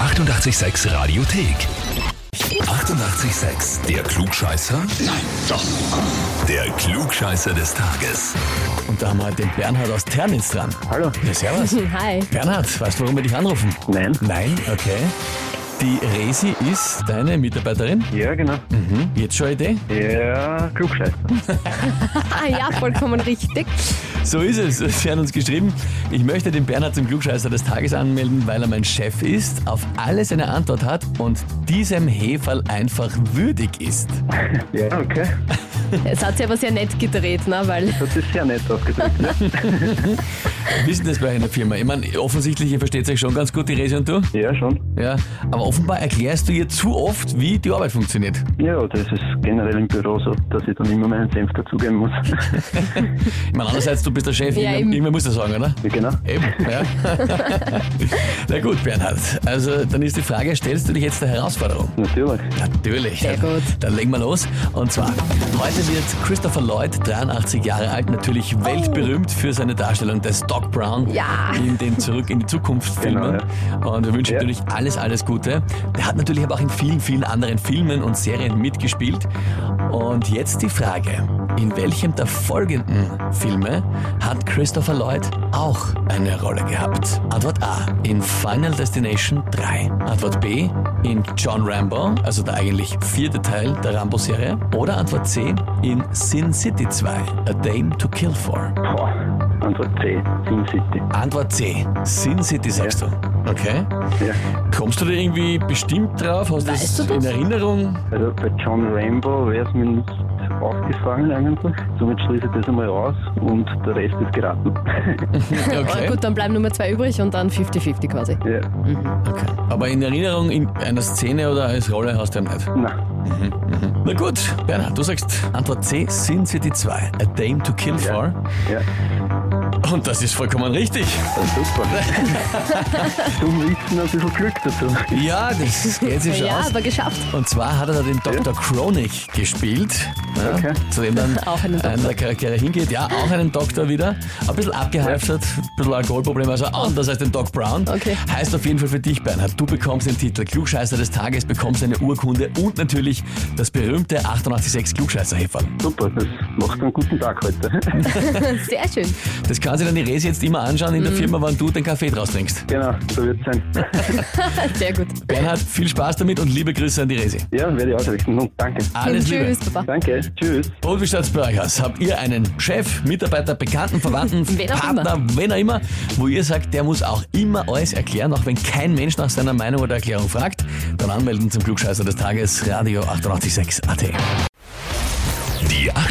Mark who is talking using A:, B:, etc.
A: 886 Radiothek. 88,6. Der Klugscheißer? Nein, doch. Der Klugscheißer des Tages.
B: Und da haben wir heute den Bernhard aus Ternitz dran.
C: Hallo.
B: Ja, servus.
D: Hi.
B: Bernhard, weißt du, warum wir dich anrufen?
C: Nein.
B: Nein, okay. Die Resi ist deine Mitarbeiterin.
C: Ja, genau.
B: Hm, jetzt schon eine Idee?
C: Ja, klugscheißer.
D: Ah ja, vollkommen richtig.
B: So ist es. Sie haben uns geschrieben, ich möchte den Bernhard zum Klugscheißer des Tages anmelden, weil er mein Chef ist, auf alles eine Antwort hat und diesem Heferl einfach würdig ist.
C: Ja, Ah, okay.
D: Es hat sich aber sehr nett gedreht, ne? weil
C: Das ist sehr nett ausgedrückt. Ne?
B: Wir wissen das bei einer Firma. Ich meine, offensichtlich, ihr versteht euch schon ganz gut, die Resi und du.
C: Ja, schon.
B: Ja, aber offenbar erklärst du ihr zu oft, wie die Arbeit funktioniert.
C: Ja, das ist generell im Büro so, dass ich dann immer meinen Senf dazugeben muss.
B: Ich meine, andererseits, du bist der Chef,
D: Ja,
B: irgendwer,
D: eben.
B: irgendwer muss das sagen, oder?
C: Ja, genau.
B: Eben, ja. Na gut, Bernhard. Also, dann ist die Frage, stellst du dich jetzt der Herausforderung?
C: Natürlich.
B: Natürlich.
D: Sehr
B: Dann-
D: gut.
B: Dann legen wir los. Und zwar, heute wird Christopher Lloyd, 83 Jahre alt, natürlich weltberühmt für seine Darstellung des Doc Brown
D: Oh. Ja.
B: in den Zurück in die Zukunft Filmen.
C: Genau,
B: Und wir wünschen
C: Ja.
B: natürlich alles, alles Gute. Er hat natürlich aber auch in vielen, vielen anderen Filmen und Serien mitgespielt. Und jetzt die Frage, in welchem der folgenden Filme hat Christopher Lloyd auch eine Rolle gehabt? Antwort A, in Final Destination 3. Antwort B, in John Rambo, also der eigentlich vierte Teil der Rambo-Serie. Oder Antwort C, in Sin City 2, A Dame to Kill For.
C: Boah. Antwort C, Sin City.
B: Antwort C, Sin City sagst du. Okay.
C: Ja.
B: Kommst du da irgendwie bestimmt drauf? Hast
D: Weißt
B: das
D: du das?
B: in Erinnerung?
C: Also bei John Rambo wäre es mir nicht aufgefallen eigentlich. Somit schließe ich das einmal aus und der Rest ist geraten.
D: Ah,
B: Okay.
D: gut, dann bleiben nur mehr zwei übrig und dann 50-50 quasi.
C: ja,
B: okay. Aber in Erinnerung in einer Szene oder als Rolle hast du ihn nicht.
C: na,
B: Na gut, Bernhard, du sagst Antwort C, Sin City 2, A Dame to Kill For.
C: ja,
B: Und das ist vollkommen richtig.
C: dann super. Zum Wissen ein bisschen Glück dazu.
B: Ja, das geht sich schon
D: ja,
B: aus.
D: aber geschafft.
B: Und zwar hat er da den Dr. Kronig gespielt, ja,
C: Okay.
B: zu dem dann
D: Auch einen Doktor.
B: einer der Charaktere hingeht. Ja, auch einen Doktor wieder. Ein bisschen abgehalftert, ein bisschen Alkoholproblem, also anders als den Doc Brown.
D: Oh. Okay.
B: Heißt auf jeden Fall für dich, Bernhard, du bekommst den Titel Klugscheißer des Tages, bekommst eine Urkunde und natürlich das berühmte 886 klugscheißer -Häferl.
C: Super, das macht einen guten Tag heute.
D: Sehr schön.
B: Das kann sich dann die Resi jetzt immer anschauen in
D: Mhm.
B: der Firma, wann du den Kaffee draus trinkst.
C: genau, so wird es sein.
D: Sehr gut.
B: Bernhard, viel Spaß damit und liebe Grüße an die Resi.
C: Ja, werde ich ausrichten. Und danke.
B: Alles Liebe.
D: Tschüss, Papa.
C: Danke. Tschüss.
B: Und wie schaut's bei euch aus? Habt ihr einen Chef, Mitarbeiter, Bekannten, Verwandten,
D: Wen auch
B: Partner, wen auch immer, wo ihr sagt, der muss auch immer alles erklären, auch wenn kein Mensch nach seiner Meinung oder Erklärung fragt? Dann anmelden zum Klugscheißer des Tages, Radio 886 AT.
A: Die